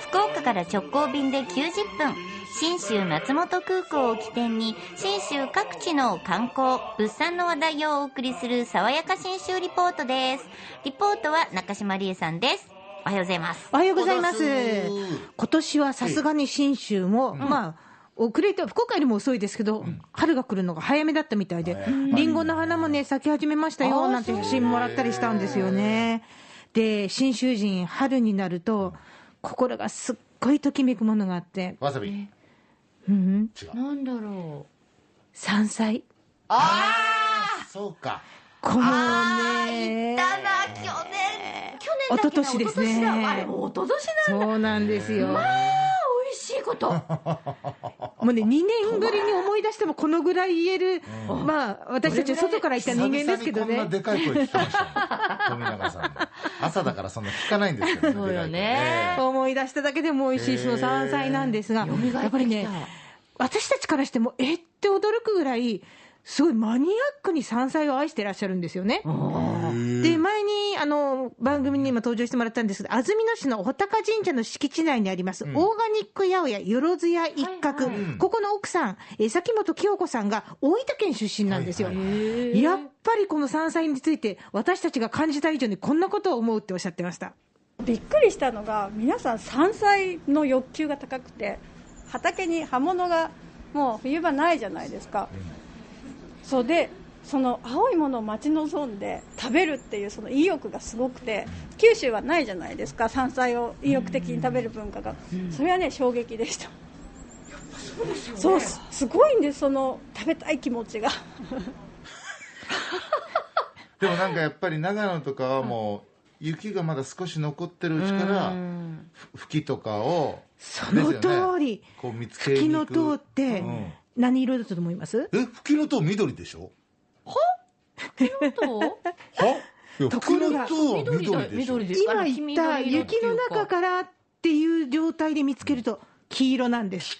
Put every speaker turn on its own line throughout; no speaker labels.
福岡から直行便で90分、新州松本空港を起点に、新州各地の観光、物産の話題をお送りする、爽やか新州リポートです。リポートは中島理恵さんです。おはようございます。
おはようございます
おはようございます。
今年はさすがに信州も、まあ、遅れて、福岡よりも遅いですけど、春が来るのが早めだったみたいで、りんごの花もね、咲き始めましたよ、なんて写真もらったりしたんですよね。で、信州人、春になると、心がすっごいときめくものがあって、
わさび。違う。
うん、
なんだろ
山菜。
ああそうか。
このね、
う。だ、去年、去
一昨年ですね。
おととしな、
そうなんですよ。
美味しいこと。
もうね、2年ぶりに思い出してもこのぐらい言える、まあ、私たち外から行った人間ですけど
久々にこんな
ね。
でかい声聞きましたもん。富永さんの。朝だからそんな聞かないんですけど
そうよね
思い出しただけでも美味しいその山菜なんですが、やっぱりね、私たちからしても、えって驚くぐらい、すごいマニアックに山菜を愛してらっしゃるんですよね。で、前に、あの、番組に今登場してもらったんですけど、安曇野市の穂高神社の敷地内にあります、オーガニック八百屋よろずや一角、ここの奥さん、えー崎本清子さんが大分県出身なんですよ。
はいはいは
やっぱりこの山菜について、私たちが感じた以上にこんなことを思うっておっしゃってました。
びっくりしたのが皆さん山菜の欲求が高くて畑に葉物がもう冬場ないじゃないですか、そうでその青いものを待ち望んで食べるっていうその意欲がすごくて九州はないじゃないですか山菜を意欲的に食べる文化が、それはね衝撃でしたそうすすごいんですその食べたい気持ちが
でもなんかやっぱり長野とかはもう、雪がまだ少し残ってるうちから、ふ吹きとかを、
その
ですよ
通
ね
り、
こう見つけ
吹
に
き
行
の
く
塔って
うん
何色だったと思います
え、吹きの塔緑でしょ
と
はいや
と
吹
こ
き
ろ
の
が
塔は緑
だ
でしょ
緑です
今言った雪の中からっていう状態で見つけると黄色なんです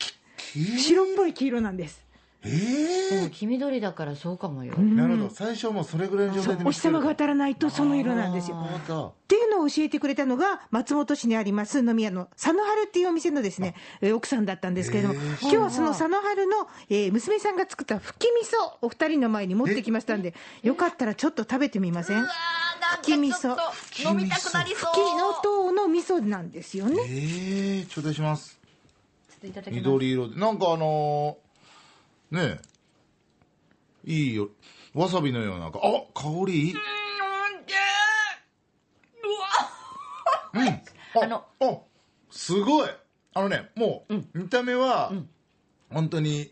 白っぽい黄色なんです
ええ
うん黄緑だからそうかもよ、
なるほど最初はもうそれぐらいの状態で
お
見
日
つける
様が当たらないとその色なんですよ
あー
っていうのを教えてくれたのが松本市にあります飲み屋の佐野春っていうお店のですねえー奥さんだったんですけれども、
へー
今日はその佐野春の、えー娘さんが作った吹き味噌お二人の前に持ってきましたんでよかったらちょっと食べてみません吹き味噌
飲みたくなり
吹きの塔の味噌なんですよね
ええ頂戴します
いただきます
緑色でなんかあのーねえいいよわさびのようなあ香りいいうん
あの
あすごいあのねもう、見た目は、本当に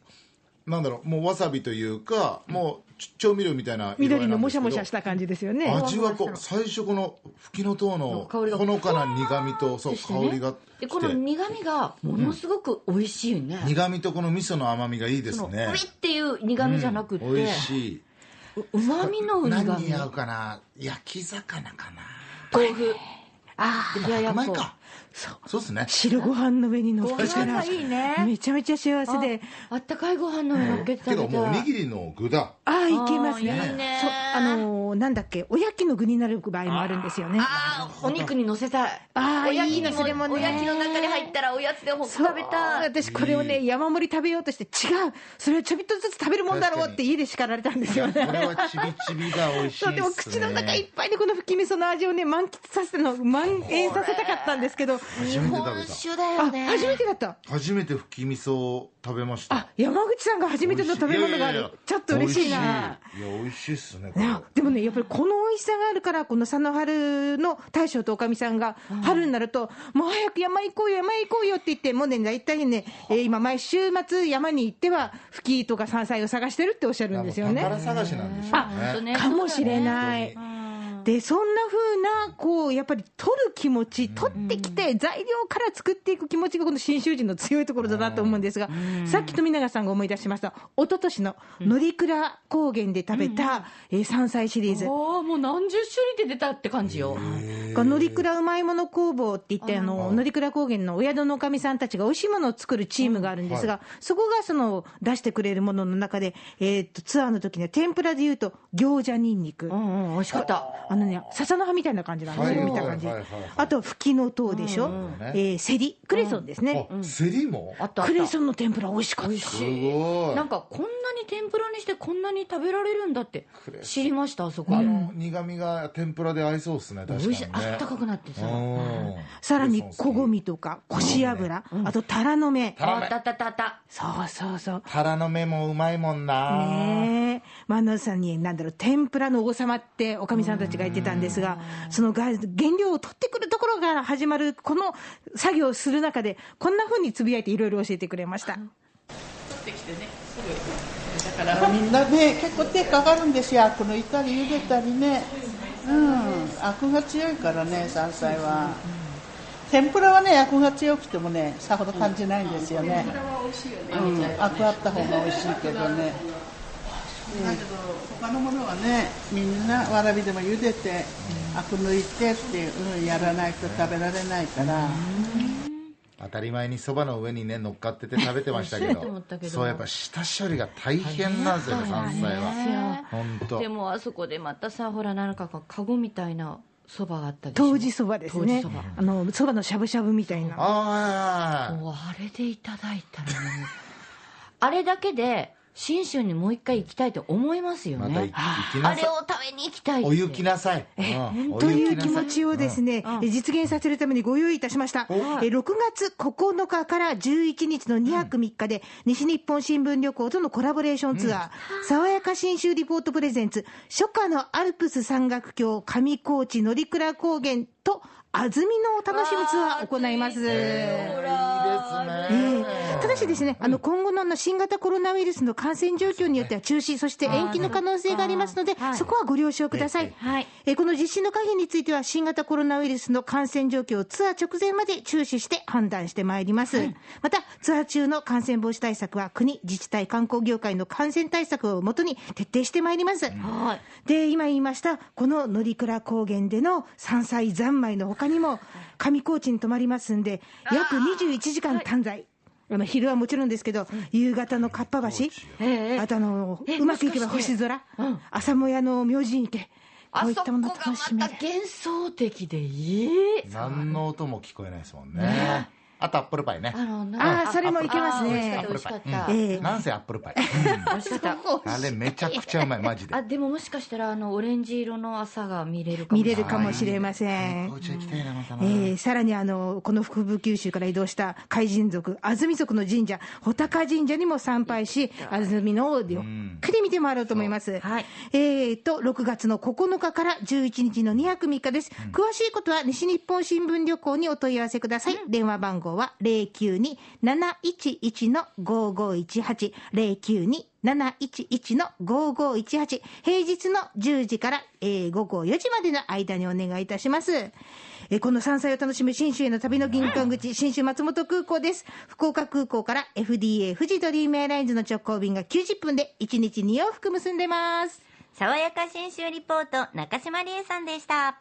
なんだろうもうわさびというか、もうち調味料みたいな色合
緑
いな
の
ん
も
です
しゃ
けど
もしゃした感じですよね
味はこう最初この吹きの塔の
香りが
ほのかな苦みとそう
してね
香りが
で
き
この
て
苦みがものすごく美味しいね、
苦みとこの味噌の甘みがいいです
その
ね
ういっていう苦みじゃなくて、
美味しいう
まみの苦
何
み
に合うかな焼き魚かな
豆腐ああ
でも白米か
そう
そうですね
白ご飯の上に乗っ
ご
けた
飯
ら
がいいね
めちゃめちゃ幸せで
あったかいご飯の上に乗っけて
けど
食べ
もう
た
おに
い
ぎりの具だ
ああいけますね
あーいいね
そうあのーなんだっけおやきの具になる場合もあるんですよね
あーお肉に乗せたい
あー
おやき
いいねそれもね
おやきの中に入ったらおやつでほ
そう
食べたい
私これをね山盛り食べようとして違うそれはちょびっとずつ食べるもんだろうって家で叱られたんですよ
これ
ね
はちびちびが美味しい
そう
ですね
でも口の中いっぱいでこの吹き味噌の味をね満喫させたの満延させたかったんですけど
初めて食べ
酒だ
あ
よね
初めてだった
た初めて吹き味噌を食べました
あ山口さんが初めての食べ物があ
いやいやい
る
や
ちょっと嬉しいな
美味しいいや美味しいっすねこれ
ねでもね、やっぱりこの美味しさがあるから、この佐野春の大将とおかみさんが、春になると、もう早く山行こうよ、山行こうよって言って、もうね、大体ね、えー今、毎週末、山に行っては、フキとか山菜を探してるっておっしゃるんですよね。
宝探しなんでしょう ね
かもしれない。で、そんな風な、こう、やっぱり取る気持ち、取ってきて、材料から作っていく気持ちが、この信州人の強いところだなと思うんですが、さっき富永さんが思い出しました、一昨年の乗鞍高原で食べた、えー山菜シリーズ。
ああもう何十種類で出たって感じよ
乗鞍うまいもの工房って言って、あの乗鞍高原のお宿のおかみさんたちが美味しいものを作るチームがあるんですが、そこがその出してくれるものの中で、えーっとツアーの時には天ぷらでいうと、餃子にんにく、
うんうん美味しかった
ああのね、笹の葉みたいな感じなんです
は
よ、
い
見た感じ
はいはいはいはい。
あと、吹きの塔でしょ、えーセリ、クレソンですね、
あ、セリも
あったあっ
クレ
た
ソンの天ぷら、美味しかった。
すごい。
なんかこんなに天ぷらにしてこんなに食べられるんだって
レソン
知りましたあそこ
あ
で
の苦味が天ぷらで合いそうですね、確か
美
に、
味
ね。
しいあったかくなってさ
うん
さらに、こご。みとか、こし油、あと、タラの芽。
タラ
あ
メ
ったあったあったあった
そうそうそう。
タラの芽もうまいもんな。
ねえ、まあ、なさんに、なんだろう、天ぷらの王様って、おかみさんたちが言ってたんですが、そのが原料を取ってくるところから始まる、この作業をする中で、こんなふうにつぶやいて、いろいろ教えてくれました。
みんなね、結構手かかるんですよ、アク抜いたり、茹でたりね、うん、アクが強いからね、山菜は。天ぷらはね、アクが強くてもね、さほど感じないんですよね。うん、アクあった方が美味しいけどね。だけど、他のものはね、みんなわらびでも茹でて、アク抜いてっていう、うん、やらないと食べられないから。
当たり前にそばの上にね乗っかってて食べてま したけ
美味しいと思
ど
ったけど
そうやっぱ下処理が大変なんですよね山菜は本当
でもあそこでまたさほらなんかカゴみたいなそばがあったでしょ
当時そばです
当時
ね
そば。
あの、そばのしゃぶしゃぶみたいな。
あ
もうあれでいただいたらもう あれだけで信州にもう一回行きたいと思いますよ
あまた行き行
ね
き
あ
な
れ
さい
を食べに行きたいって
お行きなさいうんお
と
行
い
き
う
な
気
さ
持ちをですね、え実現させるためにご用意いたしました。え6月9日から11日の2泊3日で、西日本新聞旅行とのコラボレーションツアー、爽やか新州リポートプレゼンツ、初夏のアルプス山岳橋上高地乗鞍高原と安曇野を楽しむツアーを行います。
えーいいですね
ただしですね、あの今後のあの新型コロナウイルスの感染状況によっては中止、そして延期の可能性がありますので、そこはご了承ください。
はい
えーこの実施の可否については、新型コロナウイルスの感染状況をツアー直前まで注視して判断してまいります。また、ツアー中の感染防止対策は、国、自治体、観光業界の感染対策をもとに徹底してまいります。で、今言いました、この乗鞍高原での山菜三昧の他にも、上高地に泊まりますんで、約21時間滞在。あの昼はもちろんですけど、夕方のかっぱ橋、あとあのうまくいけば星空、朝もやの明神池、
あ
こういっ
そこ
た
が
も
ま
の
た
楽しみで
幻。想的でいい
何の音も聞こえないですもんねあとアップルパイね
あのな
ああ、それもいけます
あ
ね
ー。美味しかった
え
美
え
なんせアップルパイ
味しかった
あれめちゃくちゃうまいマジで
あでももしかしたらあのオレンジ色の朝が見れるかも
見
しれ
れ
ない
るかもしれません。
お家行きたいなまたな
えー、さらにあのこの福部九州から移動した海神族、安住族の神社、穂高神社にも参拝し、安住のをゆっくり見て回ろうと思います。
はい
えーと、6月の9日から11日の2泊3日です。詳しいことは西日本新聞旅行にお問い合わせください。電話番号は092-711-5518、092 711の5518平日の10時から、えー午後4時までの間にお願いいたします。えーこの山菜を楽しむ新州への旅の玄関口、新州松本空港です。福岡空港から FDA 富士ドリームエアラインズの直行便が90分で1日2往復結んでます。
爽やか新州リポート中島理恵さんでした